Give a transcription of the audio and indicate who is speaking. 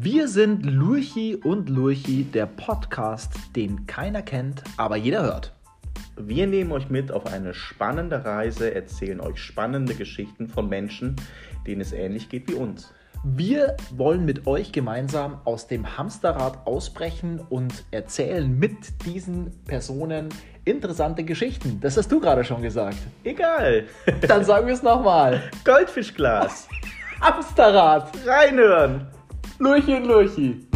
Speaker 1: Wir sind Lurchi und Lurchi, der Podcast, den keiner kennt, aber jeder hört.
Speaker 2: Wir nehmen euch mit auf eine spannende Reise, erzählen euch spannende Geschichten von Menschen, denen es ähnlich geht wie uns.
Speaker 1: Wir wollen mit euch gemeinsam aus dem Hamsterrad ausbrechen und erzählen mit diesen Personen interessante Geschichten. Das hast du gerade schon gesagt.
Speaker 2: Egal.
Speaker 1: Dann sagen wir es nochmal.
Speaker 2: Goldfischglas.
Speaker 1: Hamsterrad,
Speaker 2: Reinhören.
Speaker 1: Lurchi und Lurchi.